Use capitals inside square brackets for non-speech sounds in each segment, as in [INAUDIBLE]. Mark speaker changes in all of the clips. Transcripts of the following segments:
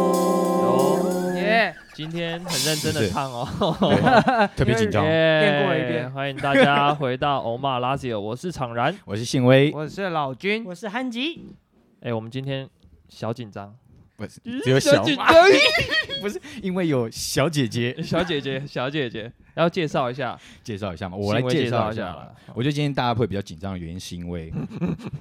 Speaker 1: 有
Speaker 2: 耶！
Speaker 1: 今天很认真的唱哦， [LAUGHS]
Speaker 3: [LAUGHS] 特别紧张。
Speaker 1: 练
Speaker 2: 练过了一遍
Speaker 1: [LAUGHS] 欢迎大家回到欧玛拉西尔，我是常然。
Speaker 3: 我是信威，
Speaker 2: 我是老君，
Speaker 4: 我是憨吉，
Speaker 1: 哎，我们今天小紧张，
Speaker 3: 我是只有小
Speaker 1: 紧
Speaker 2: [LAUGHS]
Speaker 3: 马，
Speaker 1: 张，
Speaker 3: 不是因为有小姐
Speaker 1: [LAUGHS]
Speaker 3: 姐
Speaker 1: 小姐姐，小姐姐，要介绍一下，
Speaker 3: 介绍一下嘛，我来
Speaker 1: 行为
Speaker 3: 介
Speaker 1: 介
Speaker 3: 绍
Speaker 1: 绍
Speaker 3: 一
Speaker 1: 下
Speaker 3: 下啦。
Speaker 1: 啦。
Speaker 3: 我觉得今天大家会比较紧张的原因，是
Speaker 1: [LAUGHS]
Speaker 3: 因为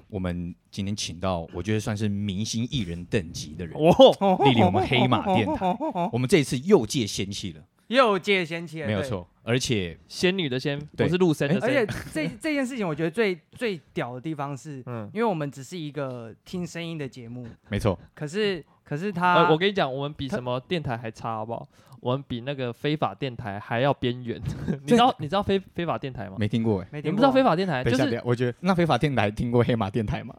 Speaker 3: 我们今天请到我觉得算是明星艺人等级的人，
Speaker 1: 哦，
Speaker 3: 莅临我们黑马电台。我们这一次又借仙气了，
Speaker 2: 又界掀起了，
Speaker 3: 没有
Speaker 2: 对。
Speaker 3: 错。而且
Speaker 1: 仙女的仙，
Speaker 3: 对
Speaker 1: 我是陆生的
Speaker 2: 哎而且
Speaker 1: 仙，
Speaker 2: 这这件事情，我觉得最最屌的地方是，
Speaker 1: 嗯，
Speaker 2: 因为我们只是一个听声音的节目，
Speaker 3: 没错，
Speaker 2: 可是可是
Speaker 1: 呃
Speaker 2: 他，
Speaker 1: 我跟你讲，我们比什么电台还差，好不好？我们比那个非法电台还要边缘。 [LAUGHS] 你知道你知道非非法电台吗？
Speaker 3: 没听过哎。
Speaker 2: 没
Speaker 1: 你
Speaker 2: 听
Speaker 1: 不知道
Speaker 2: 过
Speaker 1: 非法电台啊
Speaker 3: 等
Speaker 1: 就
Speaker 3: 一下，
Speaker 1: 是
Speaker 3: 等一下，我觉得那非法电台听过黑马电
Speaker 1: [LAUGHS]
Speaker 3: 台吗？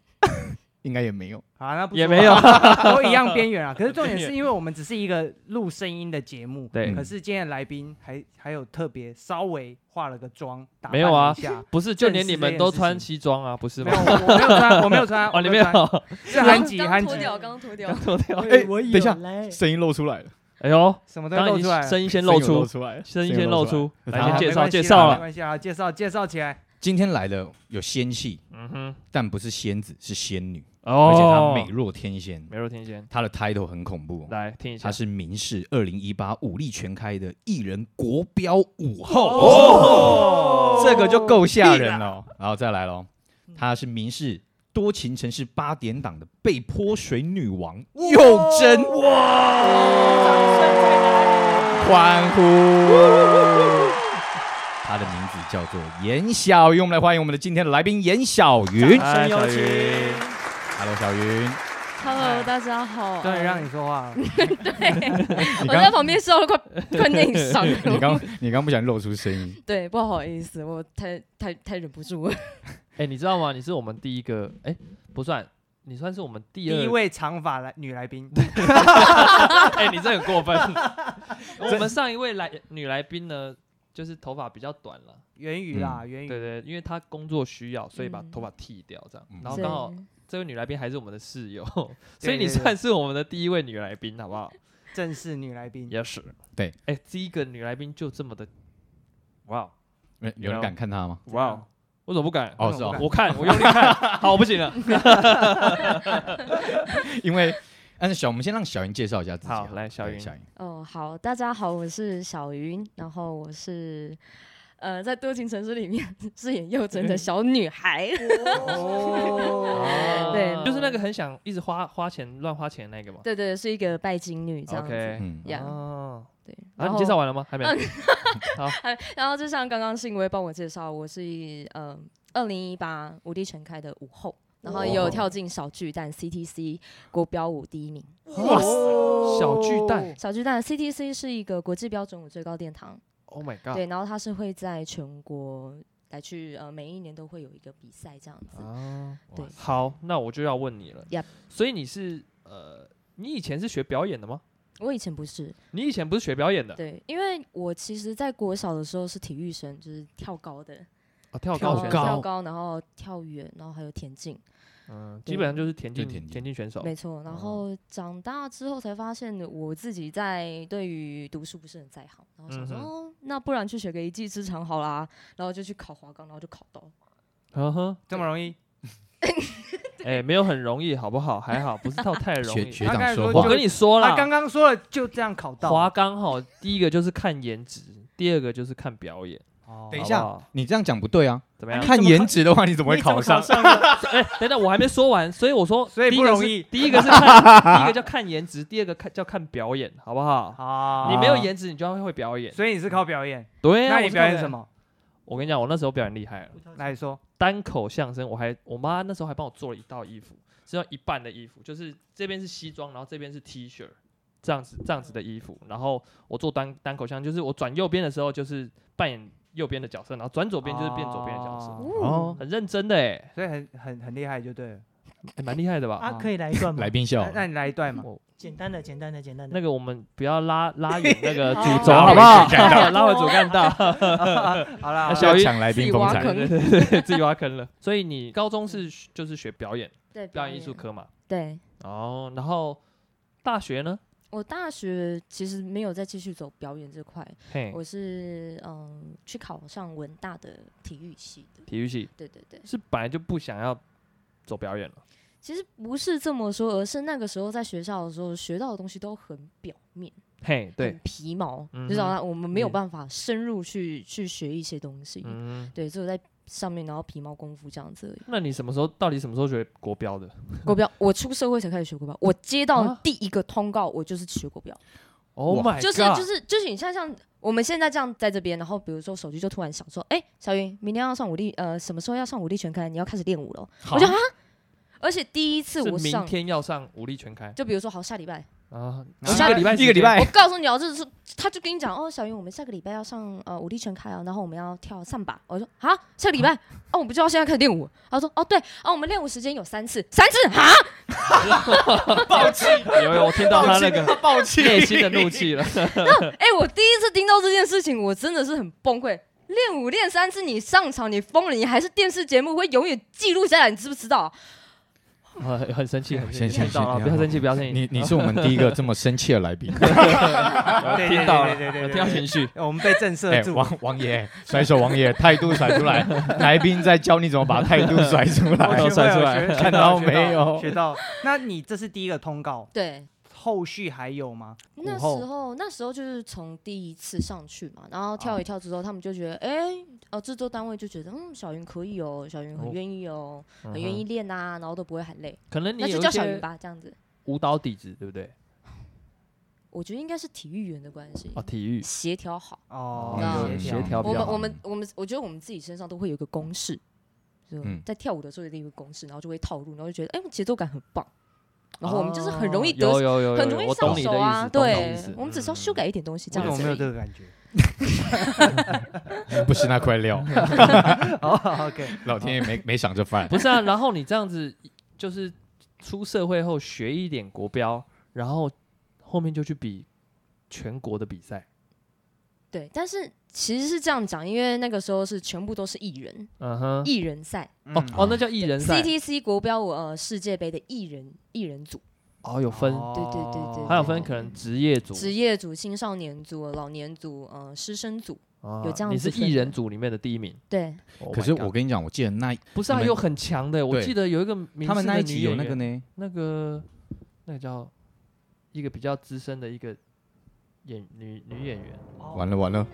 Speaker 3: 应该也没有。
Speaker 2: 好啊，那不
Speaker 1: 也
Speaker 2: 说
Speaker 1: 没有
Speaker 2: 了 [LAUGHS] 都一样边缘
Speaker 1: [LAUGHS]
Speaker 2: 啊。可是重点是因为我们只是一个录声音的节目，
Speaker 1: 对
Speaker 2: 可是今天的来宾还还有特别稍微化了个妆，打扮
Speaker 1: 没有啊
Speaker 2: 了一下
Speaker 1: 不是，就连
Speaker 2: 正视
Speaker 1: 你们
Speaker 2: 这件
Speaker 1: 都
Speaker 2: 事
Speaker 1: 穿
Speaker 2: 情
Speaker 1: 西装啊，不是
Speaker 2: 没
Speaker 1: 吗
Speaker 2: 有，？我我没有穿，我没有穿，
Speaker 1: [LAUGHS] 哦，
Speaker 2: 我
Speaker 1: [LAUGHS] 你没
Speaker 2: 没有
Speaker 1: 有，
Speaker 2: 穿，
Speaker 5: [LAUGHS]
Speaker 2: 是韩吉，
Speaker 5: 刚
Speaker 2: 韩
Speaker 5: 脱
Speaker 2: 吉，
Speaker 5: 掉，刚
Speaker 1: [LAUGHS]
Speaker 5: 脱掉
Speaker 4: [LAUGHS]
Speaker 1: 刚。脱掉。
Speaker 3: 哎
Speaker 4: 我有
Speaker 3: 等一下
Speaker 4: 来
Speaker 3: 声音露出来了，
Speaker 1: 哎呦，
Speaker 2: 什么都
Speaker 1: 刚刚
Speaker 2: 露
Speaker 1: 已
Speaker 2: 出
Speaker 1: 经
Speaker 2: 来了，
Speaker 1: 声音先
Speaker 3: 声
Speaker 1: 露
Speaker 3: 音有
Speaker 1: 出，
Speaker 3: 出来，
Speaker 1: 声音
Speaker 3: 音
Speaker 1: 先
Speaker 3: 有
Speaker 1: 露
Speaker 3: 出来。
Speaker 1: 出，来
Speaker 3: 好
Speaker 1: 先
Speaker 2: 好
Speaker 1: 介绍介
Speaker 2: 没关系啦
Speaker 1: 绍
Speaker 2: 没
Speaker 1: 了。
Speaker 2: 关系啊，介绍介绍起来，
Speaker 3: 今天来的有仙气，
Speaker 1: 嗯哼，
Speaker 3: 但不是仙子，是仙女，而且她
Speaker 1: 哦，
Speaker 3: 美若天仙。
Speaker 1: 美若天仙，
Speaker 3: 她的 title 很恐怖、哦，
Speaker 1: 来听一下
Speaker 3: 她。是明视二零一八武力全开的艺人国标舞后。
Speaker 2: 哦
Speaker 3: 这个就够吓人了哦。然后再来喽，她是明视多情城市八点档的被泼水女王佑真，欢呼！她的名字叫做严小云，我们来欢迎我们的今天的来宾严哎小云。
Speaker 1: 嗨，小
Speaker 2: 请
Speaker 1: 云，
Speaker 3: Hello，小云，
Speaker 5: Hello，大家
Speaker 2: [LAUGHS]
Speaker 5: 好。
Speaker 2: 终于让你说
Speaker 1: [LAUGHS]
Speaker 2: 话了，
Speaker 3: 你
Speaker 5: 我在
Speaker 3: 刚
Speaker 5: 旁边笑得快快内伤
Speaker 3: 你
Speaker 5: 了。
Speaker 3: 刚你刚不想露出声音，
Speaker 5: [LAUGHS] 对，不好意思，我太太太忍不住了。
Speaker 1: 哎，你知道吗？你是我们第一个，哎，不算，你算是我们第
Speaker 2: 第一
Speaker 1: 二。 [LAUGHS]
Speaker 2: 位长发来女来宾，
Speaker 1: 哎，你这很过分。 [LAUGHS] 我们上一位来女来宾呢，就是头发比较短了，
Speaker 2: 元宇啦，元
Speaker 1: 嗯对
Speaker 2: 宇，
Speaker 1: 对，因为她工作需要，所以把
Speaker 5: 嗯
Speaker 1: 头发剃掉这样
Speaker 3: 嗯。
Speaker 1: 然后
Speaker 5: 对
Speaker 1: 刚好这位女来宾还是我们的室 [LAUGHS] 友，所
Speaker 2: 对
Speaker 1: 以你
Speaker 2: 对对
Speaker 1: 算是我们的第一位女来宾，好不好？
Speaker 2: 正式女来宾，
Speaker 1: 也是，
Speaker 3: 对，
Speaker 1: 哎，第一个女来宾就这么的，哇哦
Speaker 3: 呃有人敢看她吗？
Speaker 1: 哇哦，我怎么不敢？
Speaker 3: 哦，是哦，
Speaker 2: [LAUGHS]
Speaker 1: 我看，我用力看，好，我不行了。
Speaker 3: 因为，但是小，我们先让小云介绍一下自己
Speaker 1: 好
Speaker 3: 了。
Speaker 1: 来小
Speaker 3: 对
Speaker 1: 云
Speaker 3: 小云，
Speaker 5: 哦，好，大家好，我是小云，然后我是呃在《多情城市》里面 [LAUGHS] 饰演幼珍的小女孩。 [LAUGHS]
Speaker 2: 哦，
Speaker 5: 对
Speaker 1: 就是那个很想一直花花钱、乱花钱那个嘛。
Speaker 5: 对对，是一个拜金女这样子。
Speaker 1: OK，
Speaker 3: 嗯，
Speaker 5: 呀，
Speaker 1: 哦，
Speaker 5: 对。
Speaker 1: 啊，
Speaker 5: 然
Speaker 1: 你
Speaker 5: 后嗯
Speaker 1: 介绍完了吗？还没。
Speaker 5: 还然后就像刚刚信威帮我介绍，我是一呃二零一八五力全开的舞后，然后也
Speaker 1: 哦
Speaker 5: 有跳进小巨蛋 CTC 国标舞第一名。
Speaker 1: 哇塞，小巨蛋
Speaker 5: 小巨蛋 CTC 是一个国际标准舞最高殿堂，
Speaker 1: ，Oh my god！
Speaker 5: 对，然后它是会在全国来去呃每一年都会有一个比赛这样子。
Speaker 1: 啊，
Speaker 5: 对
Speaker 1: 好，那我就要问你了
Speaker 5: Yep。
Speaker 1: 所以你是呃，你以前是学表演的吗？
Speaker 5: 我以前不是，
Speaker 1: 你以前不是学表演的
Speaker 5: 对，因为我其实，在国小的时候是体育生，就是跳高的，
Speaker 1: 啊？跳
Speaker 5: 然
Speaker 1: 高
Speaker 5: 后
Speaker 1: 选
Speaker 3: 高
Speaker 1: 手，
Speaker 5: 跳高，然后跳远，然后还有田径。
Speaker 1: 嗯，基本上就是田径
Speaker 3: 就田径
Speaker 1: 田径选手。
Speaker 5: 没错，然后长大之后才发现我自己在对于读书不是很在行，然后想说、
Speaker 1: 嗯哼
Speaker 5: 哦，那不然去学个一技之长好啦，然后就去考华冈，然后就考到。
Speaker 1: 嗯哼，
Speaker 2: 这么容易？
Speaker 1: 哎，没有很容易，好不好？还好，不是到太容
Speaker 3: 学
Speaker 1: 易。
Speaker 3: 学
Speaker 2: 他刚
Speaker 3: 长
Speaker 2: 才
Speaker 3: 说
Speaker 2: 说
Speaker 3: 话
Speaker 1: 我
Speaker 2: 就，
Speaker 1: 跟你说
Speaker 2: 他
Speaker 1: 啦，
Speaker 2: 啊刚刚说了就这样考到，
Speaker 1: 华冈哈，第一个就是看颜值，第二个就是看表演。
Speaker 2: 哦
Speaker 3: 等一
Speaker 1: 好不
Speaker 3: 下
Speaker 1: 好，
Speaker 3: 你这样讲不对啊！
Speaker 1: 怎么样？
Speaker 3: 看颜值的话，你怎么会
Speaker 4: 你怎
Speaker 3: 考
Speaker 4: 么
Speaker 3: 上？
Speaker 4: 上的？
Speaker 1: 哎、等等，我还没说完，所以我说，
Speaker 2: 所以
Speaker 1: 第一
Speaker 2: 不
Speaker 1: 个
Speaker 2: 容
Speaker 1: 是
Speaker 2: 易
Speaker 1: 第一个是看，第一个叫看颜值，第二个看叫看表演，好不好？
Speaker 2: 啊
Speaker 1: 你没有，颜值，你就要会表演。
Speaker 2: 所以你是靠表演，
Speaker 1: 对啊，
Speaker 2: 那
Speaker 1: 我
Speaker 2: 你
Speaker 1: 是
Speaker 2: 表演
Speaker 1: 看
Speaker 2: 什？么？
Speaker 1: 我跟你讲，我那时候表演厉害了，
Speaker 2: 来说，
Speaker 1: 单口相声，我还我妈那时候还帮我做了一道衣服，是要一半的衣服，就是这边是西装，然后这边是 T 恤，这样子这样子的衣服。然后我做单单口相声，就是我转右边的时候就是扮演右边的角色，然后转左边就是变左边的角色，
Speaker 2: 哦
Speaker 3: 哦，
Speaker 1: 很认真的哎、
Speaker 2: 所以很很很厉害就对了。
Speaker 1: 哎蛮厉害的吧？
Speaker 2: 啊
Speaker 4: 啊，可以来一段吗？
Speaker 3: 来宾笑
Speaker 1: 哎
Speaker 2: 那，那你来一段嘛，
Speaker 1: 哦
Speaker 4: 简单的，简单的，简单的。
Speaker 1: 那个我们不要拉拉远那个主轴，
Speaker 5: 好
Speaker 1: 好不好
Speaker 3: 主干？
Speaker 1: [LAUGHS] 拉回主干道，
Speaker 2: 好啦，
Speaker 1: 啊
Speaker 2: 好
Speaker 1: 小
Speaker 2: 啦
Speaker 1: 云
Speaker 3: 不要抢来
Speaker 5: 自
Speaker 3: 宾
Speaker 5: 己
Speaker 3: 风
Speaker 5: 挖
Speaker 3: 采。
Speaker 5: 坑
Speaker 1: 对对对，自己挖坑了。所以你高中是就是学表演，
Speaker 5: 对，
Speaker 1: 表演艺术科嘛。
Speaker 5: 对，
Speaker 1: 哦，然后大学呢？
Speaker 5: 我大学其实没有再继续走表演这块，
Speaker 1: 嘿，
Speaker 5: 我是嗯去考上文大的体育系的。
Speaker 1: 体育系
Speaker 5: 对对对，
Speaker 1: 是本来就不想要走表演了，
Speaker 5: 其实不是这么说，而是那个时候在学校的时候学到的东西都很表面，
Speaker 1: 嘿，
Speaker 5: 很
Speaker 1: 对，
Speaker 5: 皮毛，
Speaker 1: 嗯哼
Speaker 5: 就是好像我们没有
Speaker 1: 嗯
Speaker 5: 办法深入去去学一些东西。
Speaker 1: 嗯，
Speaker 5: 对，只有在上面然后皮毛功夫这样子而
Speaker 1: [LAUGHS]
Speaker 5: 已。
Speaker 1: 那你什么时候到底什么时候学国标的？
Speaker 5: 国标，我出社会才开始学国标，我接到
Speaker 1: 啊
Speaker 5: 第一个通告，我就是学国标。
Speaker 1: Oh
Speaker 3: 哇
Speaker 1: my
Speaker 5: 就是
Speaker 1: god！
Speaker 5: 就是就是，你像像我们现在这样在这边，然后比如说手机就突然响说，哎、小云，明天要上武力，呃，什么时候要上武力全开？你要开始练舞了。
Speaker 3: 好
Speaker 5: 我就啊，而且第一次
Speaker 1: 是
Speaker 5: 我
Speaker 1: 明
Speaker 5: 上，
Speaker 1: 天要上武力全开
Speaker 5: 就比如说好下礼拜，
Speaker 1: 啊，
Speaker 3: 然后
Speaker 1: 一个礼拜时间，
Speaker 3: 哦一个礼
Speaker 5: 我
Speaker 3: 拜，
Speaker 5: 告诉你哦，这是他就跟你讲哦，小云，我们下个礼拜要上呃武力全开啊，然后我们要跳上把。我说啊，下个礼拜哦，我不知道现在开始练舞。他说哦对，哦我们练舞时间有三次，三次哈，
Speaker 3: 暴气，
Speaker 1: 有有，我听到他那个
Speaker 3: 暴 [LAUGHS] 气，
Speaker 1: 内心的 [LAUGHS] 怒气了。
Speaker 5: 哎、我第一次听到这件事情，我真的是很崩溃。练舞练三次，你上场你疯了，你还是电视节目会永远记录下来，你知不知道？
Speaker 1: 很很生气，很生
Speaker 3: 先
Speaker 1: 气，
Speaker 3: 先
Speaker 1: 听到了，
Speaker 3: 先
Speaker 1: 不要生气，不要生气，
Speaker 3: 你你是我们第一个这么生气的来宾，
Speaker 2: 对
Speaker 1: 听到了，
Speaker 2: 对对
Speaker 1: 有
Speaker 2: 对
Speaker 1: 听到
Speaker 2: 对
Speaker 1: 情绪，
Speaker 2: 对，我们被震
Speaker 3: 哎
Speaker 2: 慑，住。
Speaker 3: 王王爷甩手，王爷态度甩出
Speaker 1: [LAUGHS]
Speaker 3: 来，来宾在教你怎么把态度甩出
Speaker 2: 我学
Speaker 3: 来
Speaker 2: 会。
Speaker 1: 哦
Speaker 2: 了
Speaker 1: 甩出来
Speaker 2: 学
Speaker 3: 看到没有
Speaker 2: 学到。 [LAUGHS] 那你这是第一个通告，
Speaker 5: 对，
Speaker 2: 后续还有吗？
Speaker 5: 那时候那时候就是从第一次上去嘛，然后跳一跳之后，他们就觉得，哎、哦，制作单位就觉得，嗯，小云可以哦，小云
Speaker 1: 哦
Speaker 5: 很愿意哦，
Speaker 1: 嗯
Speaker 5: [LAUGHS] 很愿意练啊，然后都不会喊累，
Speaker 1: 哼。可能你
Speaker 5: 那就
Speaker 1: 有一
Speaker 5: 叫小云
Speaker 1: 些
Speaker 5: 吧，这样子。
Speaker 1: 舞蹈底子，对不对？
Speaker 5: 我觉得应该是体育员的关系
Speaker 1: 哦，，体育
Speaker 5: 协调好。
Speaker 2: 哦
Speaker 5: 嗯，
Speaker 1: 协调比
Speaker 5: 我
Speaker 1: 较
Speaker 5: 们
Speaker 1: 好嗯
Speaker 5: 我。们我们，我觉得我们自己身上都会有一个公式，就
Speaker 3: 嗯
Speaker 5: 在跳舞的时候有一个公式，然后就会套路，然后就觉得哎，节奏感很棒，然后我们就是很容易得
Speaker 1: 哦有有有有，
Speaker 5: 很容
Speaker 1: 有
Speaker 5: 易
Speaker 1: 我
Speaker 5: 上
Speaker 1: 懂你
Speaker 5: 手
Speaker 1: 的意
Speaker 5: 啊，
Speaker 1: 思，懂你的
Speaker 5: 对
Speaker 1: 意思，嗯
Speaker 5: 我们只需要修改一点东西这
Speaker 2: 我
Speaker 5: 样
Speaker 2: 怎么
Speaker 5: 子
Speaker 2: 没
Speaker 5: 而
Speaker 2: 有这
Speaker 5: 已。
Speaker 2: 个感觉？
Speaker 3: 不是那块料，
Speaker 2: 哦，OK，
Speaker 3: 老天爷没没想这饭。
Speaker 1: [LAUGHS] 不是啊，然后你这样子就是出社会后学一点国标，然后后面就去比全国的比赛。
Speaker 5: 对，但是其实是这样讲，因为那个时候是全部都是艺人，
Speaker 1: 嗯哼，
Speaker 5: 艺人赛
Speaker 2: 嗯
Speaker 1: 哦哦，那叫艺人赛，
Speaker 5: ，CTC 国标舞呃世界杯的艺人艺人组，
Speaker 1: 哦有分，
Speaker 5: 对对对对对
Speaker 1: 还有分可能职业组，
Speaker 5: 职业组、青少年组、老年组、呃师生组，
Speaker 1: 啊
Speaker 5: 有这样
Speaker 1: 你
Speaker 5: 子
Speaker 1: 是
Speaker 5: 分
Speaker 1: 艺
Speaker 5: 的
Speaker 1: 人组里面的第一名。
Speaker 5: 对，
Speaker 1: Oh
Speaker 3: 可
Speaker 1: my
Speaker 3: 是
Speaker 1: God
Speaker 3: 我跟你讲，我记得那
Speaker 1: 不是啊，
Speaker 3: 你们
Speaker 1: 有很强的，我
Speaker 3: 对
Speaker 1: 记得有一个明
Speaker 3: 他们
Speaker 1: 星
Speaker 3: 那
Speaker 1: 的
Speaker 3: 一
Speaker 1: 女
Speaker 3: 集有
Speaker 1: 演
Speaker 3: 那个
Speaker 1: 员
Speaker 3: 呢，
Speaker 1: 那个那个叫一个比较资深的一个演女女演员，
Speaker 2: 哦
Speaker 3: 完了完了，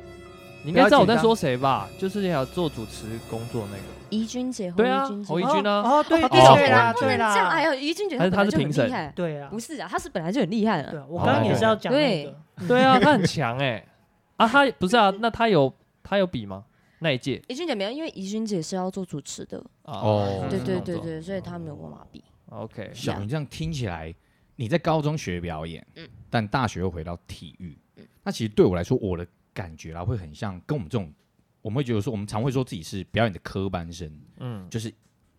Speaker 1: 你应该知道我在说谁吧？就是要做主持工作那个，
Speaker 5: 怡君姐、
Speaker 1: 对啊
Speaker 5: 侯怡君姐
Speaker 1: 侯怡
Speaker 5: 哦
Speaker 1: 君啊
Speaker 2: 哦，对
Speaker 1: 哦
Speaker 2: 对
Speaker 1: 哦
Speaker 2: 对啦，
Speaker 5: 不能
Speaker 2: 对
Speaker 5: 这样，
Speaker 2: 啦，
Speaker 5: 哎呀，怡君姐
Speaker 1: 还是
Speaker 5: 她
Speaker 1: 她是
Speaker 5: 本来就很
Speaker 1: 评审
Speaker 5: 厉害，
Speaker 4: 对啊
Speaker 5: 不，是啊，她是本来就很厉害
Speaker 4: 对
Speaker 5: 了，
Speaker 4: 啊，我刚刚也是要讲那
Speaker 5: 哦
Speaker 1: [LAUGHS]
Speaker 4: 个，
Speaker 1: 对啊，她很强哎，啊，她不是啊，那她有她有比吗？那一届
Speaker 5: 怡君姐没有，因为怡君姐是要做主持的，
Speaker 1: 啊
Speaker 3: 哦
Speaker 5: 对对
Speaker 1: 是那
Speaker 5: 对
Speaker 1: 种
Speaker 5: 对，所以她没有办法比。
Speaker 1: ，OK，
Speaker 3: 小云这样听起来，你在高中学表演，但大学又回到体育，那其实对我来说，我的感觉啦，会很像跟我们这种，我们会觉得说，我们常会说自己是表演的科班生，
Speaker 1: 嗯，
Speaker 3: 就是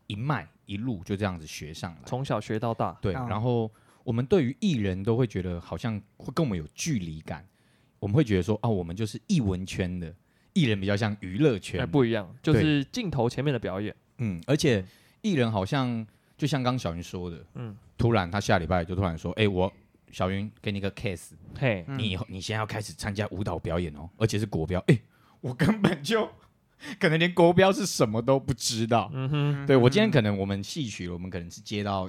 Speaker 3: 一脉一路就这样子学上来。
Speaker 1: 从小学到大，
Speaker 3: 对，
Speaker 2: 嗯
Speaker 3: 然后我们对于艺人都会觉得好像会跟我们有距离感，我们会觉得说啊，我们就是艺文圈的艺人，比较像娱乐圈
Speaker 1: 哎
Speaker 3: 的，
Speaker 1: 不一样，就
Speaker 3: 对
Speaker 1: 是镜头前面的表演，
Speaker 3: 嗯，而且艺人好像就像刚小云说的，
Speaker 1: 嗯
Speaker 3: 嗯，突然他下礼拜就突然说，哎、我小云给你个 case，、
Speaker 1: 嘿，
Speaker 2: 嗯
Speaker 3: 你以后你现在要开始参加舞蹈表演哦，而且是国标，哎、我根本就可能连国标是什么都不知道。
Speaker 1: 嗯哼，
Speaker 3: 对我今天可能我们戏曲，我们可能是接到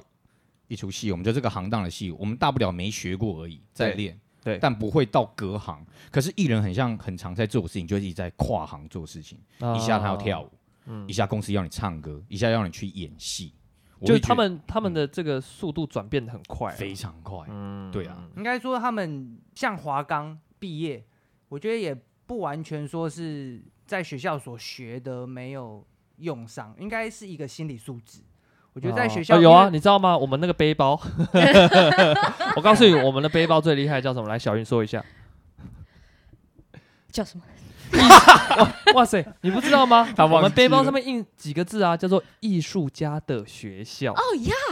Speaker 3: 一出戏，我们就这个行当的戏，我们大不了没学过而已，在
Speaker 1: 对
Speaker 3: 练。
Speaker 1: 对
Speaker 3: 但不会到隔行。可是艺人很像很常在做事情，就一直在跨行做事情。一下他要跳
Speaker 1: 舞，
Speaker 3: 舞，
Speaker 1: 嗯
Speaker 3: 一下公司要你唱歌，一下要你去演戏，我
Speaker 1: 就
Speaker 3: 会
Speaker 1: 是他
Speaker 3: 觉得嗯
Speaker 1: 们他们的这个速度转变的很快啊，
Speaker 3: 非常快。
Speaker 1: 嗯
Speaker 3: 对
Speaker 1: [LAUGHS]
Speaker 3: 啊，
Speaker 2: 应该说他们像华冈毕业，我觉得也不完全说是在学校所学的没有用上，应该是一个心理素质。我
Speaker 1: 我
Speaker 2: 觉得在学校、
Speaker 1: 有啊，
Speaker 2: 因为，
Speaker 1: 你知道吗？我们那个背
Speaker 2: [LAUGHS]
Speaker 1: 包， [LAUGHS] 我
Speaker 2: [LAUGHS]
Speaker 1: 告诉你，我们的背包最厉害叫什么？来，小云说一下，
Speaker 5: 叫什么？
Speaker 1: 哇塞，你不知道吗？
Speaker 3: 他忘记了
Speaker 1: 我们背包上面印几个字啊，叫做“艺术家的学校
Speaker 5: 哦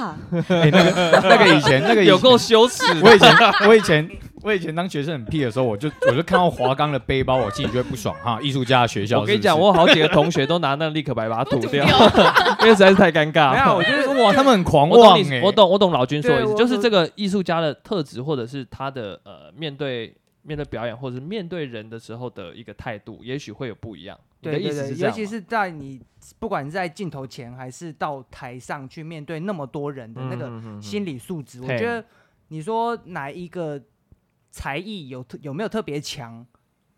Speaker 5: 呀，
Speaker 3: 哎那个那个以前那”，个
Speaker 1: [LAUGHS]
Speaker 3: 以
Speaker 1: 有
Speaker 3: 前
Speaker 1: 够羞耻的。
Speaker 3: 我以前，我以前，我以前当学生很屁的时候，我就我就看到华冈的背包，我心里就会不爽哈。艺术家的学校是不是，
Speaker 1: 我跟你讲，我有好几个同学都拿那个立可白把它涂
Speaker 5: 不
Speaker 1: [LAUGHS] 掉，
Speaker 5: 掉
Speaker 1: 因为实在是太尴尬了。
Speaker 2: 没有，啊我就是欸
Speaker 3: 哇，他们很狂
Speaker 1: 我懂
Speaker 3: 妄
Speaker 1: 你
Speaker 3: 哎、
Speaker 1: 我懂，我懂老君说的意思，
Speaker 2: 对
Speaker 1: 就是
Speaker 2: 我
Speaker 1: 这个艺术家的特质，或者是他的呃面对面对表演，或者是面对人的时候的一个态度，也许会有不一样。你的
Speaker 2: 对
Speaker 1: 意
Speaker 2: 对
Speaker 1: 思
Speaker 2: 对，
Speaker 1: 是这
Speaker 2: 尤
Speaker 1: 样
Speaker 2: 其
Speaker 1: 吗？
Speaker 2: 是在你不管是在镜头前还是到台上去面对那么多人的那个
Speaker 1: 嗯嗯嗯
Speaker 2: 心理素质，我
Speaker 1: 嘿
Speaker 2: 觉得你说哪一个才艺有特有没有特别强？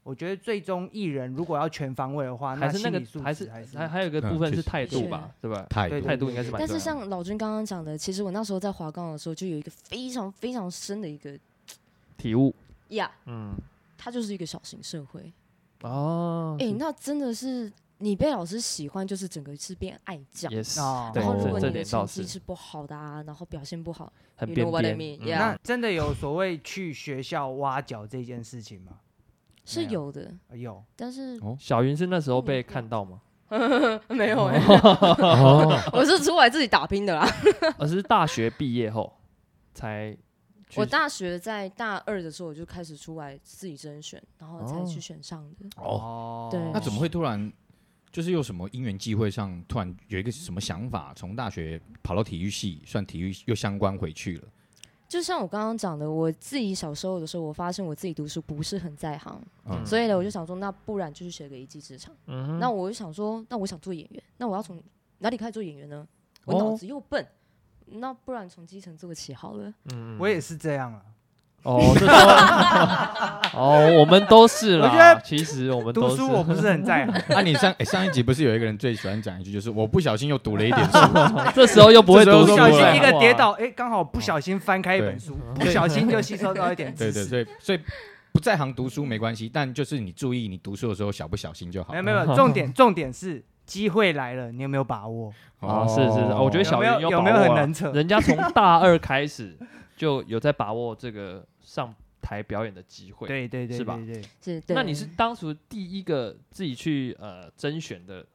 Speaker 2: 我觉得最终艺人如果要全方位的话，
Speaker 1: 还是
Speaker 2: 心
Speaker 1: 那
Speaker 2: 理
Speaker 1: 个
Speaker 2: 素质
Speaker 1: 还是
Speaker 2: 还是
Speaker 1: 还还有一个部
Speaker 3: 嗯
Speaker 1: 分
Speaker 3: 确
Speaker 1: 是
Speaker 3: 实
Speaker 1: 态度
Speaker 5: 是
Speaker 1: 吧，对吧？
Speaker 3: 态
Speaker 2: 对
Speaker 3: 度
Speaker 2: 对
Speaker 1: 态度应该是蛮
Speaker 5: 但
Speaker 1: 重要
Speaker 5: 是
Speaker 1: 的。
Speaker 5: 像老君刚刚讲的，其实我那时候在华冈的时候，就有一个非常非常深的一个
Speaker 1: 体悟，
Speaker 5: 呀，
Speaker 1: 嗯，
Speaker 5: 它就是一个小型社会。
Speaker 1: 哦，
Speaker 5: 哎，那真的是你被老师喜欢，就是整个是变爱讲。
Speaker 1: 也是
Speaker 2: 哦，
Speaker 1: 对
Speaker 5: 然后
Speaker 3: 这
Speaker 5: 如果
Speaker 1: 这
Speaker 5: 你的
Speaker 1: 点
Speaker 5: 成
Speaker 1: 倒
Speaker 5: 绩
Speaker 1: 是
Speaker 5: 是不好的啊，然后表现不好，
Speaker 1: 很
Speaker 5: you
Speaker 1: 边
Speaker 5: know
Speaker 1: 边
Speaker 5: what I mean，
Speaker 1: 嗯
Speaker 5: yeah
Speaker 2: 那真的有所谓去学校挖角这件事情吗？
Speaker 5: 是
Speaker 2: 没有
Speaker 5: 有的，
Speaker 2: 呃有，
Speaker 5: 但是
Speaker 1: 小云是那时候被看到吗？
Speaker 5: 没有哎、
Speaker 3: 哦，
Speaker 1: [LAUGHS]
Speaker 5: 我是出来自己打拼的啦。
Speaker 1: 而是大学毕业后才去
Speaker 5: 我大学在大二的时候我就开始出来自己甄选，然后才
Speaker 1: 哦
Speaker 5: 去选上的。
Speaker 3: 哦，
Speaker 5: 对
Speaker 3: 那怎么会突然就是有什么因缘际会上，突然有一个什么想法，从大学跑到体育系，算体育又相关回去了？
Speaker 5: 就像我刚刚讲的，我自己小时候的时候，我发现我自己读书不是很在行，
Speaker 3: 嗯
Speaker 5: 所以呢，我就想说，那不然就去学个一技之长。
Speaker 1: 嗯哼
Speaker 5: 那我就想说，那我想做演员，那我要从哪里开始做演员呢？我
Speaker 3: 哦
Speaker 5: 脑子又笨，那不然从基层做起好了。
Speaker 1: 嗯
Speaker 2: 我也是这样啊。
Speaker 1: 哦，这都
Speaker 2: [LAUGHS]
Speaker 1: 哦，我们都是
Speaker 2: 我觉得
Speaker 1: 啦。其实我们
Speaker 2: 读
Speaker 1: 都是
Speaker 2: 书我不是很在行，
Speaker 3: [LAUGHS] 那、你上、哎上一集不是有一个人最喜欢讲一句，就是我不小心又读了一点书，
Speaker 1: [LAUGHS]
Speaker 2: [LAUGHS]
Speaker 1: 这时候又不会啊
Speaker 3: 这时候
Speaker 1: 读
Speaker 2: 不
Speaker 1: 书
Speaker 3: 说
Speaker 1: 了，
Speaker 2: 小
Speaker 3: 不
Speaker 2: 心
Speaker 3: 会
Speaker 2: 一个跌倒，哎，刚好不小心翻开一本
Speaker 3: 对
Speaker 2: 书，不小心就吸收到一点
Speaker 3: 对
Speaker 2: 知
Speaker 3: 对，
Speaker 2: 识。
Speaker 3: 所以所以不在行读书没关系，但就是你注意你读书的时候小不小心就好
Speaker 2: 没。有没有，没有重点重点是机会来了，你有没有把握？
Speaker 3: 哦
Speaker 1: 啊，是是是，我觉得小云
Speaker 2: 有没
Speaker 1: 把握
Speaker 2: 有有没有
Speaker 1: 啊
Speaker 2: 很能扯
Speaker 1: 人家从大二开始就有在把握这个上台表演的机会。，
Speaker 2: 对对对，
Speaker 1: 是吧
Speaker 2: 对对，
Speaker 5: 是，对
Speaker 1: 那你是当初第一个自己去呃甄选的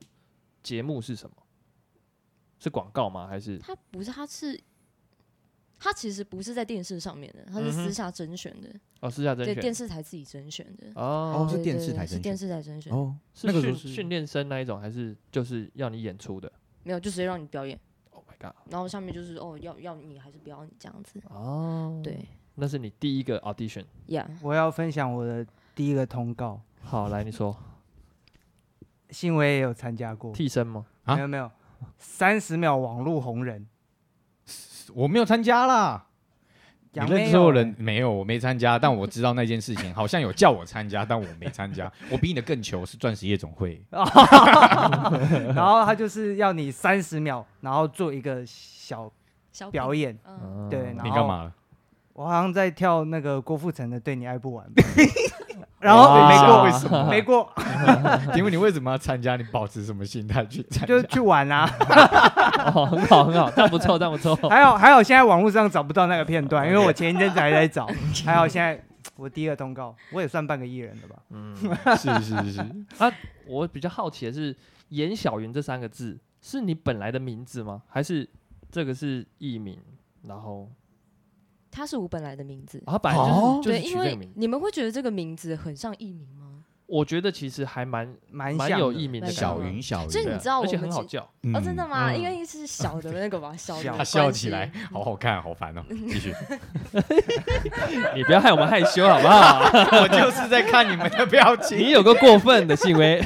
Speaker 1: 节目是什么？是广告吗？还是
Speaker 5: 他不是，他是他其实不是在电视上面的，他是
Speaker 1: 嗯
Speaker 5: 私
Speaker 1: 哼
Speaker 5: 下甄选的，
Speaker 1: 哦私下甄
Speaker 5: 对
Speaker 1: 选？
Speaker 5: 电视台自己甄选的。
Speaker 1: 哦，
Speaker 5: 对
Speaker 3: 是电视
Speaker 5: 对
Speaker 3: 台
Speaker 5: 是
Speaker 3: 甄
Speaker 5: 电
Speaker 3: 选
Speaker 5: 视台甄选，
Speaker 3: 哦，
Speaker 1: 是
Speaker 3: 那个时
Speaker 1: 训
Speaker 3: 候是
Speaker 1: 训练生那一种，还是就是要你演出的
Speaker 5: 没有就直接让你表演，
Speaker 1: ？Oh my god！
Speaker 5: 然后下面就是哦要要你还是不要你这样子，
Speaker 1: 哦，，
Speaker 5: 对
Speaker 1: 那是你第一个 audition。
Speaker 5: 呀。
Speaker 2: 我要分享我的第一个通告，
Speaker 1: 好，来你说
Speaker 2: 幸威也有参加
Speaker 1: [LAUGHS]
Speaker 2: 过，
Speaker 1: 替身吗？
Speaker 3: 啊
Speaker 2: 没有没有，三十秒网络红人，
Speaker 3: 我没有参加啦。你
Speaker 2: 杨
Speaker 3: 认
Speaker 2: 梅哦
Speaker 3: 识我
Speaker 2: 有
Speaker 3: 的人没有？我没参加，但我知道那件事情，好像有叫我参加，但我没参
Speaker 2: [LAUGHS]
Speaker 3: 加。我比你的更糗，是钻石夜总会。
Speaker 2: 然后他就是要你三十秒，然后做一个小
Speaker 5: 小
Speaker 2: 表
Speaker 5: 品，
Speaker 2: 演，
Speaker 5: 嗯，
Speaker 2: 对
Speaker 1: 嗯
Speaker 2: 然
Speaker 3: 你
Speaker 2: 后
Speaker 3: 干嘛了？
Speaker 2: 我好像在跳那个郭富城的《对你爱不完》，然后
Speaker 1: 哇
Speaker 2: 没
Speaker 3: 为
Speaker 2: 过，
Speaker 3: 什么？
Speaker 2: 没过，
Speaker 3: 请问你为什么要参加？你保持什么心态去参
Speaker 2: 就
Speaker 3: 加？
Speaker 2: 去玩啦、
Speaker 1: 哦，很好，很好，但不错，但不错。 [LAUGHS]
Speaker 2: 还好还好，现在网络上找不到那个片段，因为我前一阵子还在找。还好现在我第一个通告，我也算半个艺人了吧？
Speaker 3: [LAUGHS] 是是
Speaker 2: [LAUGHS]
Speaker 3: 是，
Speaker 1: 嗯啊我比较好奇的是“严小云”这三个字是你本来的名字吗？还是这个是艺名？然后
Speaker 5: 他是我本来的名字，
Speaker 1: 啊，本来就是、
Speaker 3: 哦
Speaker 1: 就是
Speaker 5: 对，
Speaker 1: 取
Speaker 5: 因
Speaker 1: 这个
Speaker 5: 为
Speaker 1: 名字。
Speaker 5: 你们会觉得这个名字很像艺名吗？
Speaker 1: 我觉得其实还蛮
Speaker 2: 蛮
Speaker 1: 蛮
Speaker 2: 像
Speaker 1: 有
Speaker 2: 的
Speaker 1: 艺名的感
Speaker 5: 蛮像
Speaker 1: 觉
Speaker 3: 小
Speaker 5: 的
Speaker 3: 云小云
Speaker 5: 所以你
Speaker 1: 对啊
Speaker 5: 知道我
Speaker 1: 而且
Speaker 5: 们
Speaker 1: 很好
Speaker 5: 其
Speaker 1: 叫， [LAUGHS]
Speaker 5: 哦，真的吗？
Speaker 1: 嗯
Speaker 5: 因为是小的那个吧，小的
Speaker 2: 小
Speaker 5: 关系。
Speaker 3: 他 [LAUGHS] 笑起来，好好看，好烦哦。继续，
Speaker 1: 你不要害我们害羞好不好？ [LAUGHS]
Speaker 3: [LAUGHS] 我就是在看你们的表
Speaker 1: 你
Speaker 3: 情。
Speaker 1: 有个过分的行为，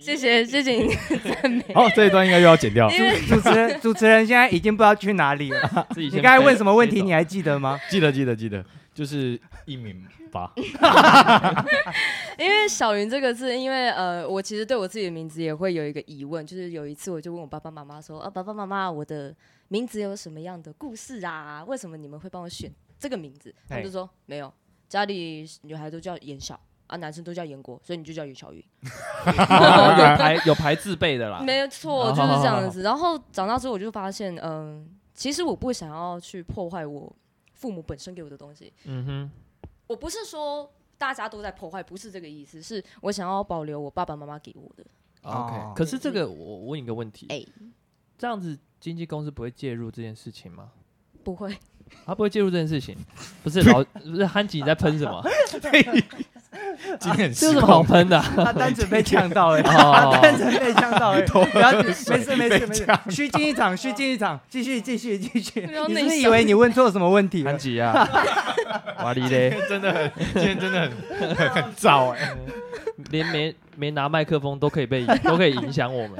Speaker 5: 谢谢谢谢你的赞美，
Speaker 3: 好，哦这一段应该又要剪掉。
Speaker 5: 因为
Speaker 2: 主持人主持人现在已经不知道去哪里了。
Speaker 1: 自己
Speaker 2: 你
Speaker 1: 先
Speaker 2: 刚才
Speaker 1: 飞
Speaker 2: 问什么问题？
Speaker 1: 飞走
Speaker 2: 你还记得吗？
Speaker 3: [LAUGHS] 记得记得记得，就是一名 [LAUGHS] 吧。
Speaker 5: 因为小云这个字，因为呃，我其实对我自己的名字也会有一个疑问，就是有一次我就问我爸爸妈妈说，啊，爸爸妈妈，我的名字有什么样的故事啊？为什么你们会帮我选这个名字？他们就说没有，家里女孩都叫严小啊，男生都叫严国，所以你就叫严小云。
Speaker 1: 哦
Speaker 2: 啊
Speaker 1: [LAUGHS] 有排
Speaker 5: [LAUGHS]
Speaker 1: 有排字辈的啦。
Speaker 5: 没有错，
Speaker 1: 啊
Speaker 5: 就是这
Speaker 1: 好好
Speaker 5: 样子。然后长大之后，我就发现，嗯，其实我不想要去破坏我父母本身给我的东西。
Speaker 1: 嗯哼，
Speaker 5: 我不是说大家都在破坏，不是这个意思，是我想要保留我爸爸妈妈给我的。
Speaker 2: 哦
Speaker 1: OK，可是这个我我问一个问题，
Speaker 5: 哎
Speaker 1: 这样子经纪公司不会介入这件事情吗？
Speaker 5: 不会，
Speaker 1: 他不会介入这件事情，不 [LAUGHS] 是老不是憨吉你在喷什 [LAUGHS] 么？
Speaker 3: 今天很
Speaker 1: 这有
Speaker 3: 失
Speaker 1: 什么好
Speaker 3: 控，
Speaker 1: 喷的啊？ [LAUGHS]
Speaker 2: 他单纯被呛到了，
Speaker 1: 哦
Speaker 2: 他单纯被呛到
Speaker 1: [LAUGHS]
Speaker 2: 了，不要没事没
Speaker 3: 被
Speaker 2: 事没事，虚惊一场，虚惊一场，继续继续继续。
Speaker 5: 没有
Speaker 2: 你是
Speaker 5: 内
Speaker 2: 不是以
Speaker 5: 伤
Speaker 2: 为你问错什么问
Speaker 1: [LAUGHS]
Speaker 2: 题了
Speaker 1: 憨？吉啊，瓦力嘞，
Speaker 3: [LAUGHS] 真的很，今天真的很 [LAUGHS] 很很燥哎、
Speaker 1: [LAUGHS] 连没没拿麦克风都可以被都可以影响我们，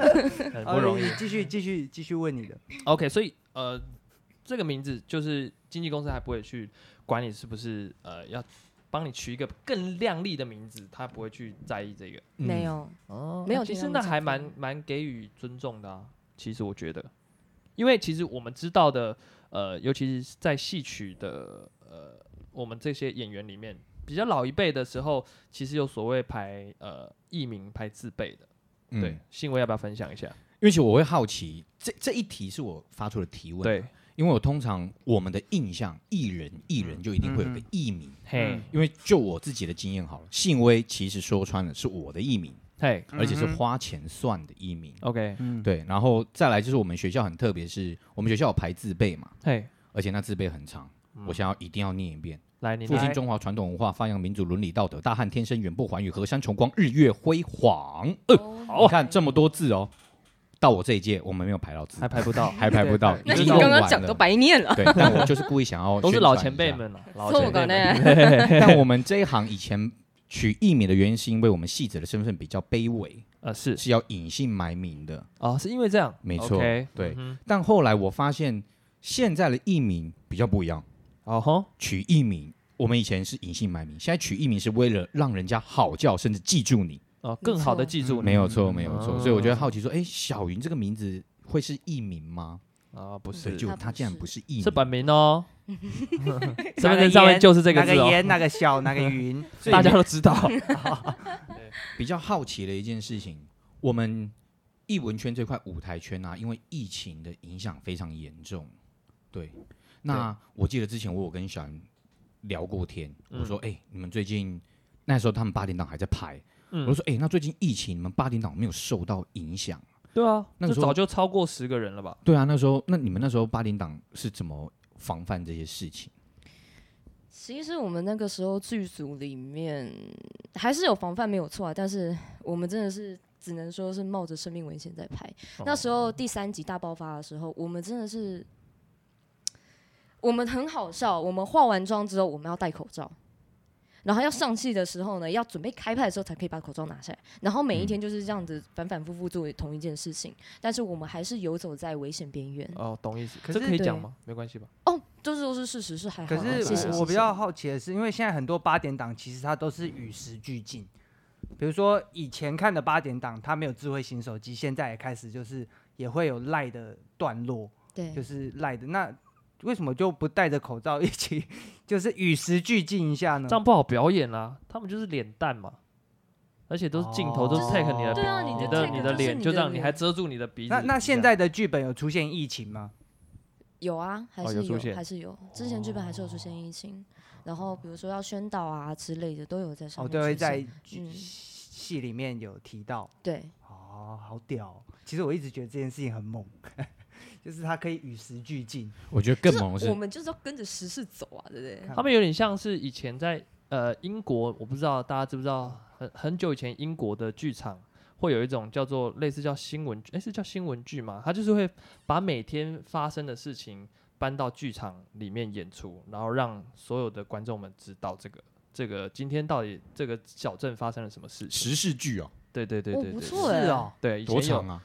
Speaker 1: 很不容易
Speaker 2: 哦。你继续继续继续问你的，
Speaker 1: OK，所以呃，这个名字就是经纪公司还不会去管你是不是呃要帮你取一个更靓丽的名字，他不会去在意这个。
Speaker 3: 嗯
Speaker 5: 没有，
Speaker 1: 哦
Speaker 5: 没有
Speaker 1: 其实
Speaker 5: 听他们
Speaker 1: 那
Speaker 5: 讲
Speaker 1: 还
Speaker 5: 过
Speaker 1: 蛮蛮给予尊重的啊。其实我觉得，因为其实我们知道的，呃，尤其是在戏曲的，呃，我们这些演员里面，比较老一辈的时候，其实有所谓排呃艺名排字辈的。
Speaker 3: 嗯
Speaker 1: 对，，信威要不要分享一下？
Speaker 3: 因为其实我会好奇，这这一题是我发出的提问，，
Speaker 1: 对，
Speaker 3: 因为我通常我们的印象，艺人艺人就一定会有个
Speaker 2: 嗯
Speaker 3: 艺名，
Speaker 1: 嘿
Speaker 2: 嗯，
Speaker 3: 因为就我自己的经验好了，信威其实说穿了是我的艺名，
Speaker 1: 嘿
Speaker 3: 而且是
Speaker 2: 嗯哼
Speaker 3: 花钱算的艺名，
Speaker 1: ，OK，
Speaker 2: 嗯，
Speaker 3: 对，然后再来就是我们学校很特别，是我们学校有排字辈嘛，
Speaker 1: 嘿，
Speaker 3: 而且那字辈很长，我想要一定要念一遍。
Speaker 1: 来，你
Speaker 3: 复
Speaker 1: 来
Speaker 3: 兴中华传统文化，发扬民族伦理道德，大汉天生远播寰宇，河山重光，日月辉煌。呃，
Speaker 5: 好
Speaker 3: 你看这么多字哦，到我这一届我们没有排到字，
Speaker 1: 还，排不到
Speaker 3: [LAUGHS] 还排不到，
Speaker 2: 对
Speaker 3: 已
Speaker 5: 那
Speaker 3: 经
Speaker 5: 你
Speaker 3: 用
Speaker 5: 刚
Speaker 3: 完
Speaker 5: 刚讲
Speaker 3: 了
Speaker 5: 都白念了。
Speaker 3: 对，但我就是故意想要
Speaker 1: [LAUGHS] 都是
Speaker 3: 宣
Speaker 1: 老
Speaker 3: 传
Speaker 1: 前
Speaker 3: 一
Speaker 1: 辈
Speaker 3: 下。
Speaker 1: 们了，老
Speaker 5: 这
Speaker 1: 前
Speaker 5: 么搞
Speaker 1: 辈们。
Speaker 3: [LAUGHS]
Speaker 5: 呢？
Speaker 3: 但我们这一行以前取艺名的原因，是因为我们戏子的身份比较卑微，
Speaker 1: 呃，是
Speaker 3: 是要隐姓埋名的。
Speaker 1: 哦，是因为这样，
Speaker 3: 没错
Speaker 1: OK，
Speaker 3: 对
Speaker 1: 嗯哼，
Speaker 3: 但后来我发现，现在的艺名比较不一样，
Speaker 1: 哦吼，
Speaker 3: 取艺名，我们以前是隐姓埋名，现在取艺名是为了让人家好叫，甚至记住你。
Speaker 1: 哦，更好的记住你
Speaker 3: 没有错，没有错。
Speaker 1: 嗯
Speaker 3: 所以我就会好奇说，哎，小云这个名字会是艺名吗？
Speaker 1: 啊，不
Speaker 3: 所以
Speaker 1: 是，
Speaker 3: 就
Speaker 5: 它不
Speaker 3: 他竟然
Speaker 5: 是
Speaker 3: 不是艺名，
Speaker 1: 是本名
Speaker 5: [LAUGHS]
Speaker 1: 哦， [LAUGHS] 身份
Speaker 2: 哪个
Speaker 1: 证上面
Speaker 2: 烟
Speaker 1: 就是这个字
Speaker 2: 哪个
Speaker 1: 哦，
Speaker 2: 烟，哪个
Speaker 1: [LAUGHS]
Speaker 2: 小，哪个云，
Speaker 3: 所以
Speaker 1: 大家都知道。
Speaker 5: [LAUGHS]
Speaker 3: 比较好奇的一件事情，我们艺文圈这块舞台圈啊，因为疫情的影响非常严重。对，那我记得之前我有跟小云聊过天，我说：“哎、你们最近那时候他们八点档还在拍，
Speaker 1: 嗯
Speaker 3: 我就说：哎、那最近疫情你们八点档有没有受到影响
Speaker 1: 对啊，
Speaker 3: [LAUGHS] 那
Speaker 1: 这
Speaker 3: 个时候
Speaker 1: 早就超过十个人了吧？？”
Speaker 3: 对啊，那时候那你们那时候八点档是怎么防范这些事情？
Speaker 5: 其实我们那个时候剧组里面还是有防范没有错啊，但是我们真的是只能说是冒着生命危险在拍。
Speaker 3: 哦
Speaker 5: 那时
Speaker 1: 哦
Speaker 5: 候第三集大爆发的时候，我们真的是，我们很好笑。我们化完妆之后，我们要戴口罩，然后要上戏的时候呢，要准备开拍的时候才可以把口罩拿下来。然后每一
Speaker 3: 嗯
Speaker 5: 天就是这样子反反复复做同一件事情，但是我们还是游走在危险边缘。
Speaker 1: 哦，懂意思，
Speaker 2: 可
Speaker 1: 这
Speaker 2: 是
Speaker 1: 可以
Speaker 5: 对
Speaker 1: 讲吗？没关系吧？
Speaker 5: 哦，这都是事实，是还好
Speaker 2: 可
Speaker 5: 啊。谢谢
Speaker 2: 是我我比较好奇的是，因为现在很多八点档其实它都是与时俱进，比如说以前看的八点档，它没有智慧型手机，现在也开始就是也会有赖的段落，
Speaker 5: 对
Speaker 2: 就，是赖的那。为什么就不戴着口罩一起， [LAUGHS] 就是与时俱进一下呢
Speaker 3: 嗯
Speaker 1: 这？样不好表演啦，他们就是脸蛋嘛，而且都是镜头，都是
Speaker 2: 哦
Speaker 1: take 你的
Speaker 5: 对啊
Speaker 1: 鼻
Speaker 5: 你
Speaker 1: 你的的
Speaker 5: 的 take 就是
Speaker 1: 脸，
Speaker 5: 你
Speaker 1: 就
Speaker 5: 的
Speaker 1: 这样，你
Speaker 5: 脸
Speaker 1: 还遮住你的鼻子。
Speaker 2: 那那现
Speaker 1: 这样
Speaker 2: 在的剧本有出现疫情吗？
Speaker 5: 有啊，还
Speaker 1: 哦
Speaker 5: 是
Speaker 1: 有
Speaker 5: 有，
Speaker 1: 出现
Speaker 5: 还是有。之前剧本还是有出现疫情，然后比如说要宣导啊之类的，都有在上
Speaker 2: 哦，
Speaker 5: 面
Speaker 2: 对，会
Speaker 5: 出现。
Speaker 2: 在剧
Speaker 5: 嗯
Speaker 2: 戏里面有提到。
Speaker 5: 对，
Speaker 2: 哦，好屌哦、其实我一直觉得这件事情很猛， [LAUGHS] 就是它可以与时俱进。
Speaker 3: 我觉得更猛的
Speaker 5: 我
Speaker 3: 是，
Speaker 5: 们就是要跟着时事走啊，对不对？
Speaker 1: 他们有点像是以前在呃英国，我不知道大家知不知道，很很久以前英国的剧场会有一种叫做类似叫新闻剧，诶，是叫新闻剧吗？它就是会把每天发生的事情搬到剧场里面演出，然后让所有的观众们知道这个这个今天到底这个小镇发生了什么事情。
Speaker 3: 时事剧哦，
Speaker 1: 对对对
Speaker 5: 哦
Speaker 1: 对
Speaker 5: 不
Speaker 1: 对，
Speaker 5: 错对
Speaker 2: 是哦，
Speaker 1: 对，以前
Speaker 3: 多
Speaker 1: 有
Speaker 3: 长啊？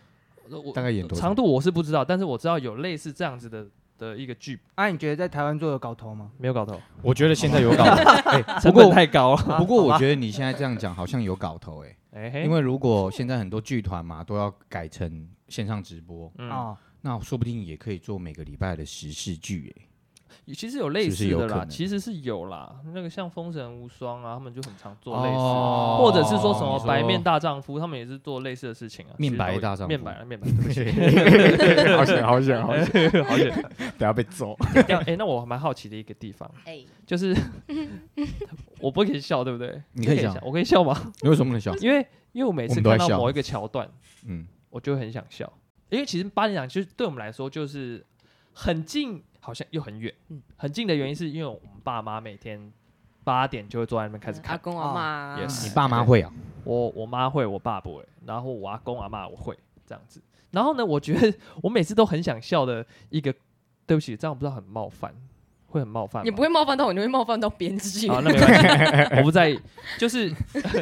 Speaker 1: 呃我
Speaker 3: 大概演多
Speaker 1: 长
Speaker 3: 长？
Speaker 1: 度我是不知道，但是我知道有类似这样子的的一个剧，
Speaker 2: 啊，你觉得在台湾做有搞头吗？
Speaker 1: 没有搞头，
Speaker 3: 我觉得现在有搞 [LAUGHS] 头，哎
Speaker 1: [LAUGHS]
Speaker 3: 不
Speaker 1: 成本
Speaker 3: 过
Speaker 1: 太高了。
Speaker 3: [LAUGHS] 不过我觉得你现在这样讲好像有搞头哎、
Speaker 1: [LAUGHS] 哎嘿，
Speaker 3: 因为如果现在很多剧团嘛都要改成线上直播，
Speaker 1: 嗯
Speaker 2: 哦，
Speaker 3: 那说不定也可以做每个礼拜的时事剧、欸，
Speaker 1: 其实有类
Speaker 3: 是
Speaker 1: 似
Speaker 3: 不是有
Speaker 1: 的
Speaker 3: 可
Speaker 1: 啦，
Speaker 3: 能
Speaker 1: 其实是有啦。那个像《封神无双》啊，他们就很常做类似，
Speaker 3: 哦
Speaker 1: 或者是说什
Speaker 3: 你
Speaker 1: 么
Speaker 3: 说
Speaker 1: 白面大丈夫，他们也是做类似的事情啊。
Speaker 3: 面
Speaker 1: 其实都
Speaker 3: 白
Speaker 1: 有
Speaker 3: 大丈
Speaker 1: 面
Speaker 3: 夫
Speaker 1: 白面
Speaker 3: [LAUGHS]
Speaker 1: 白，对不起
Speaker 3: [LAUGHS] 好 [LAUGHS] 险，好险，好险，好险！等下被揍。
Speaker 1: 哎、诶那我还蛮好奇的一个地方，
Speaker 5: 哎，
Speaker 1: 就是
Speaker 5: [LAUGHS]
Speaker 1: 我不可以笑，对不对？
Speaker 3: 你可以
Speaker 1: 我
Speaker 3: 笑
Speaker 1: 我可以笑吗？ [LAUGHS]
Speaker 3: 你为什么不能笑？
Speaker 1: 因为因为我每
Speaker 3: 我
Speaker 1: 次
Speaker 3: 们都在
Speaker 1: 看到
Speaker 3: 笑
Speaker 1: 某一个桥段，
Speaker 3: [LAUGHS] 嗯，
Speaker 1: 我就很想笑，因为其实八点档其实对我们来说就是很近，好像又很远。
Speaker 5: 嗯
Speaker 1: 很近的原因是因为我们爸妈每天八点就会坐在那边开始
Speaker 5: 嗯阿
Speaker 1: 看。
Speaker 5: 公阿妈，
Speaker 1: 也是
Speaker 3: 你爸妈会啊？
Speaker 1: 我我妈会，我爸不会，然后我阿公阿妈我会这样子。然后呢，我觉得我每次都很想笑的一个，对不起，这样不知道很冒犯，会很冒犯吗。
Speaker 5: [LAUGHS] 你不会冒犯到我，你会冒犯到别人自己。
Speaker 1: 好，那没关系，我不在意。就是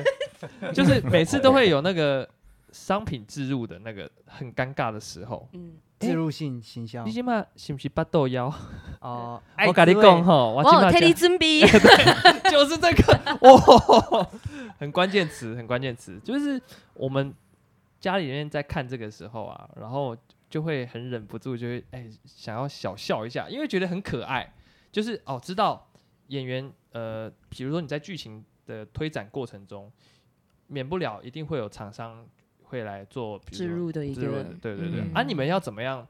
Speaker 1: [LAUGHS] 就是每次都会有那个商品置入的那个很尴尬的时候。
Speaker 5: 嗯，
Speaker 2: 植入性行销
Speaker 1: 你哎起码是不是八豆腰？
Speaker 2: 哦，爱
Speaker 1: 我跟你
Speaker 2: 滋味
Speaker 1: 讲，吼，我
Speaker 5: 哇
Speaker 1: 起码
Speaker 5: t e d d y 尊逼，
Speaker 1: [LAUGHS] 就是这个哦，很关键词，很关键词，就是我们家里面在看这个时候啊，然后就会很忍不住就会哎、想要小笑一下，因为觉得很可爱，就是哦知道演员呃，比如说你在剧情的推展过程中，免不了一定会有厂商会来做比如说
Speaker 5: [LAUGHS] 置入的一
Speaker 1: 植入
Speaker 5: 个
Speaker 1: 的，对对对。
Speaker 3: 嗯
Speaker 1: 啊，你们要怎么样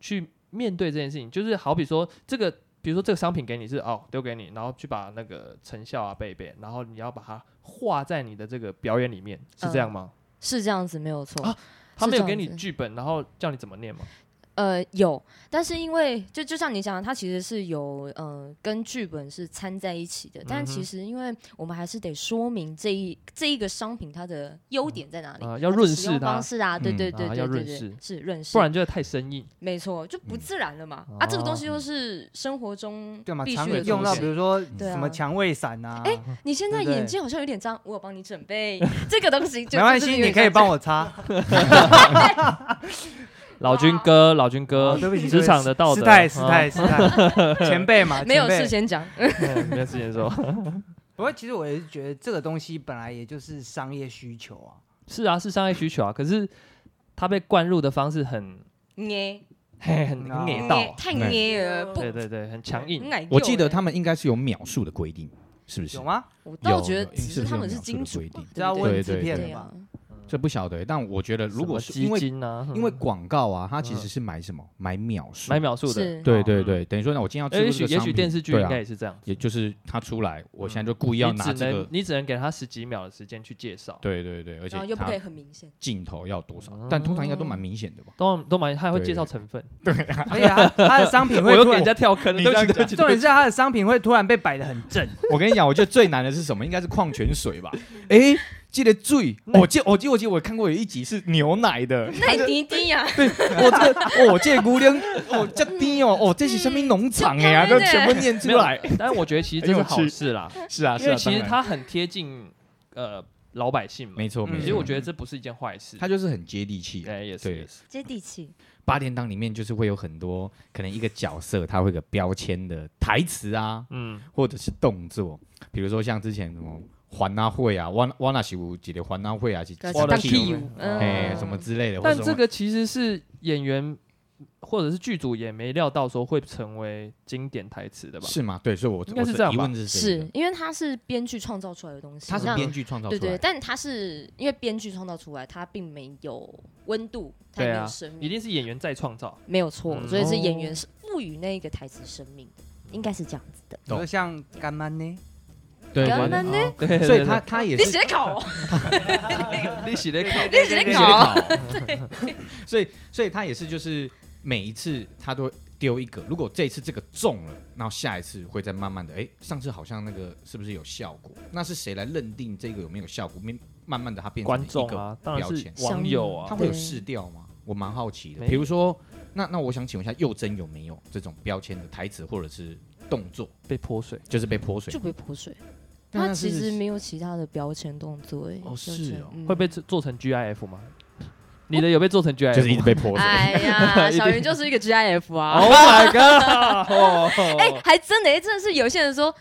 Speaker 1: 去面对这件事情？就是好比说这个，比如说这个商品给你是哦丢给你，然后去把那个成效啊背一背，然后你要把它画在你的这个表演里面，是这样吗？
Speaker 5: 是这样子没有错
Speaker 1: 啊。他
Speaker 5: 是
Speaker 1: 们有
Speaker 5: 这
Speaker 1: 给
Speaker 5: 样
Speaker 1: 你
Speaker 5: 子
Speaker 1: 剧本，然后叫你怎么念吗？
Speaker 5: 呃，有，但是因为就就像你讲的，它其实是有呃跟剧本是掺在一起的，但
Speaker 1: 嗯
Speaker 5: 其
Speaker 1: 哼
Speaker 5: 实因为我们还是得说明这一这一个商品它的优点在哪里，
Speaker 1: 啊要
Speaker 5: 它的
Speaker 1: 润
Speaker 5: 使用
Speaker 1: 饰它
Speaker 5: 方式啊，对
Speaker 3: 嗯
Speaker 5: 对
Speaker 1: 啊
Speaker 5: 对
Speaker 1: 要
Speaker 5: 对对
Speaker 1: 润
Speaker 5: 对
Speaker 1: 饰，
Speaker 5: 是润饰，
Speaker 1: 不然就是太生硬。
Speaker 5: 没错就不
Speaker 3: 嗯
Speaker 5: 自然了嘛。啊，这个东西又是生活
Speaker 2: [LAUGHS]
Speaker 5: 中
Speaker 2: 对嘛，
Speaker 5: 必
Speaker 2: 常
Speaker 5: 须的
Speaker 2: 用
Speaker 5: 东
Speaker 2: 到，
Speaker 5: 西
Speaker 2: 比如说
Speaker 5: 对
Speaker 2: 什么
Speaker 5: 啊
Speaker 2: 蔷薇伞啊，
Speaker 5: 哎你现在
Speaker 2: 对不对
Speaker 5: 眼睛好像有点脏，我有帮你准备这个东西，就
Speaker 2: 没关系，你可
Speaker 1: [LAUGHS]
Speaker 2: 以帮。我
Speaker 1: 啊
Speaker 2: 擦。
Speaker 1: 老君哥，老君哥
Speaker 2: 哦，对不起，
Speaker 1: 职场的道德，
Speaker 2: 失态，
Speaker 1: 啊
Speaker 2: 失态，失态， [LAUGHS] 前辈嘛，
Speaker 5: 就是没有
Speaker 2: 前辈
Speaker 5: 事。先讲， [LAUGHS]
Speaker 1: 嗯没有事情说。
Speaker 2: 不过其实我也是觉得这个东西本来也就是商业需求啊，
Speaker 1: [LAUGHS] 是啊，是商业需求啊，可是他被灌入的方式很 [LAUGHS]
Speaker 5: 捏
Speaker 1: 嘿很
Speaker 2: 啊
Speaker 1: 很
Speaker 5: 捏
Speaker 1: 野道，
Speaker 5: 太
Speaker 3: 对
Speaker 5: 捏了，不
Speaker 1: 对对对，很强硬。
Speaker 5: 矮
Speaker 3: 我
Speaker 5: 幼
Speaker 3: 记得
Speaker 5: 了
Speaker 3: 他们应该是有哎秒数的规定，是不是
Speaker 2: 有？吗？
Speaker 5: 我倒
Speaker 3: 有，
Speaker 5: 觉得
Speaker 3: 有
Speaker 5: 只
Speaker 3: 是不
Speaker 5: 他
Speaker 3: 有
Speaker 5: 们是
Speaker 3: 描述
Speaker 5: 金
Speaker 3: 的
Speaker 5: 主
Speaker 3: 规
Speaker 5: 吧
Speaker 3: 定，
Speaker 2: 只要
Speaker 5: 对
Speaker 2: 问
Speaker 3: 对
Speaker 2: 制
Speaker 3: 对
Speaker 2: 片
Speaker 5: 对
Speaker 2: 的
Speaker 5: 呀
Speaker 2: 吧，，
Speaker 3: 这不晓得，但我觉得如果
Speaker 1: 什嗯
Speaker 3: 是
Speaker 1: 么
Speaker 3: 因为
Speaker 1: 基金啊，
Speaker 3: 因为
Speaker 1: 嗯
Speaker 3: 广告啊，它其
Speaker 1: 嗯
Speaker 3: 实是买什么？买秒数。
Speaker 1: 买秒数的，
Speaker 5: 是
Speaker 3: 对对对，等于说呢，我今天要
Speaker 1: 呃
Speaker 3: 植入
Speaker 1: 哦也
Speaker 3: 这
Speaker 1: 许
Speaker 3: 个
Speaker 1: 也
Speaker 3: 商
Speaker 1: 许
Speaker 3: 品
Speaker 1: 电视剧
Speaker 3: 对
Speaker 1: 应
Speaker 3: 啊
Speaker 1: 该也是这样，
Speaker 3: 也就是它出来，我现在就故意要
Speaker 1: 你
Speaker 3: 拿
Speaker 1: 只
Speaker 3: 这
Speaker 1: 能
Speaker 3: 个，
Speaker 1: 你只能给他十几秒的时间去介绍，
Speaker 3: 对对对，而且
Speaker 1: 哦
Speaker 5: 然后又不
Speaker 3: 它
Speaker 5: 可以很明显，
Speaker 3: 镜头要多少，但通常应该都蛮明显的吧？
Speaker 1: 都都蛮他还会
Speaker 3: 对
Speaker 1: 介绍
Speaker 3: 对
Speaker 1: 成分，
Speaker 5: 啊
Speaker 2: 而且它它的商品 [LAUGHS]
Speaker 1: 我
Speaker 2: 会
Speaker 1: 又
Speaker 2: 突
Speaker 1: 给
Speaker 2: 然
Speaker 1: 人，家跳坑了，
Speaker 3: 你
Speaker 1: 对不起
Speaker 3: 这样
Speaker 1: 对不起
Speaker 2: 重点是它的商品会突然被摆的很正，
Speaker 3: 我跟你讲，我觉得最难的是什么？应该是矿泉水吧？哎，记得醉，我记哦我记我记我看过有一集是牛奶的，
Speaker 5: 太滴滴呀，
Speaker 3: 我这个我这姑娘哦这甜哦哦这是什么农场哎呀，
Speaker 5: 这
Speaker 3: 都
Speaker 5: 拍的
Speaker 3: 全部念出
Speaker 1: 没有
Speaker 3: 来。
Speaker 1: 但是我觉得其实这是好事啦，
Speaker 3: 是啊，
Speaker 1: 因
Speaker 3: 是
Speaker 1: 为
Speaker 3: 啊，
Speaker 1: 其实
Speaker 3: 当然
Speaker 1: 它很贴近呃老百姓嘛嗯
Speaker 3: 没，嗯错没
Speaker 1: 其
Speaker 3: 错，
Speaker 1: 实我觉得这不是一件坏事，
Speaker 3: 它就是很接地气。
Speaker 1: 哎也是
Speaker 3: 对
Speaker 1: 也是，
Speaker 5: 接地气，
Speaker 3: 八点档里面就是会有很多可能一个角色他会有个标签的台词啊，
Speaker 1: 嗯，
Speaker 3: 或者是动作，比如说像之前什么环啊会啊，哇哇那是有几的环啊会啊，是
Speaker 5: 可
Speaker 1: 我
Speaker 5: 是
Speaker 1: 的
Speaker 5: 当
Speaker 1: 屁
Speaker 5: 屁
Speaker 1: 股
Speaker 5: 股，
Speaker 3: 哎
Speaker 5: 嗯，
Speaker 3: 什么之类的。
Speaker 1: 但
Speaker 3: 或者
Speaker 1: 这
Speaker 3: 什么
Speaker 1: 个其实是演员。或者是剧组也没料到说会成为经典台词的吧？
Speaker 3: 是吗？对，所以我
Speaker 1: 应该
Speaker 3: 我
Speaker 1: 是
Speaker 3: 的
Speaker 1: 这样
Speaker 3: 疑
Speaker 1: 吧
Speaker 3: 问是谁的
Speaker 5: 是因为它是编剧创造出来的东西，
Speaker 3: 他是
Speaker 5: 那
Speaker 3: 编剧创造出
Speaker 5: 对
Speaker 3: 来
Speaker 5: 对，
Speaker 3: 的，
Speaker 5: 但它是因为编剧创造出来，它并没有温度，它也
Speaker 1: 对
Speaker 5: 没
Speaker 1: 啊
Speaker 5: 有生
Speaker 1: 一
Speaker 5: 命，
Speaker 1: 定是演员在创造。
Speaker 5: 没有错，
Speaker 1: 嗯
Speaker 5: 所以是演
Speaker 3: 哦
Speaker 5: 员是赋予那个台词生命的，应该是这样子的。
Speaker 2: 比如说像干妈呢，
Speaker 3: 对
Speaker 5: 原
Speaker 3: 对
Speaker 5: 来呢，
Speaker 1: 对
Speaker 3: 对，所
Speaker 1: [LAUGHS]
Speaker 3: 以他他也
Speaker 5: 你
Speaker 3: 是
Speaker 5: 写考，
Speaker 1: 历史的考，
Speaker 5: 你写
Speaker 3: 写 [LAUGHS]
Speaker 5: 考， [LAUGHS]
Speaker 3: 考，所以所以他也是就是每一次他都丢一个，如果这一次这个中了，然后下一次会再慢慢的，哎，上次好像那个是不是有效果？那是谁来认定这个有没有效果？慢慢慢的它变成
Speaker 1: 观
Speaker 3: 一个
Speaker 1: 众啊，当然
Speaker 3: 标
Speaker 1: 是
Speaker 3: 签
Speaker 1: 网友啊
Speaker 3: 它，会有试调吗？我蛮好奇的。
Speaker 1: 没有
Speaker 3: 比如说，那那我想请问一下，幼珍有没有这种标签的台词或者是动作，
Speaker 1: 被泼水。
Speaker 3: 就是被泼水
Speaker 5: 就？被泼水。
Speaker 3: 但
Speaker 5: 他
Speaker 3: 是
Speaker 5: 其实没有其他的标签动作、欸，
Speaker 3: 哦
Speaker 5: 就是
Speaker 3: 哦
Speaker 5: 嗯
Speaker 1: 会被做做成 GIF 吗？你的有被做成 GIF？
Speaker 3: 就是一直
Speaker 1: [LAUGHS] 吗
Speaker 3: 被泼水。
Speaker 5: 哎呀，小云就是一个 GIF 啊。
Speaker 1: Oh my god！哦
Speaker 5: 哎、还真的、哎，真的是有些人说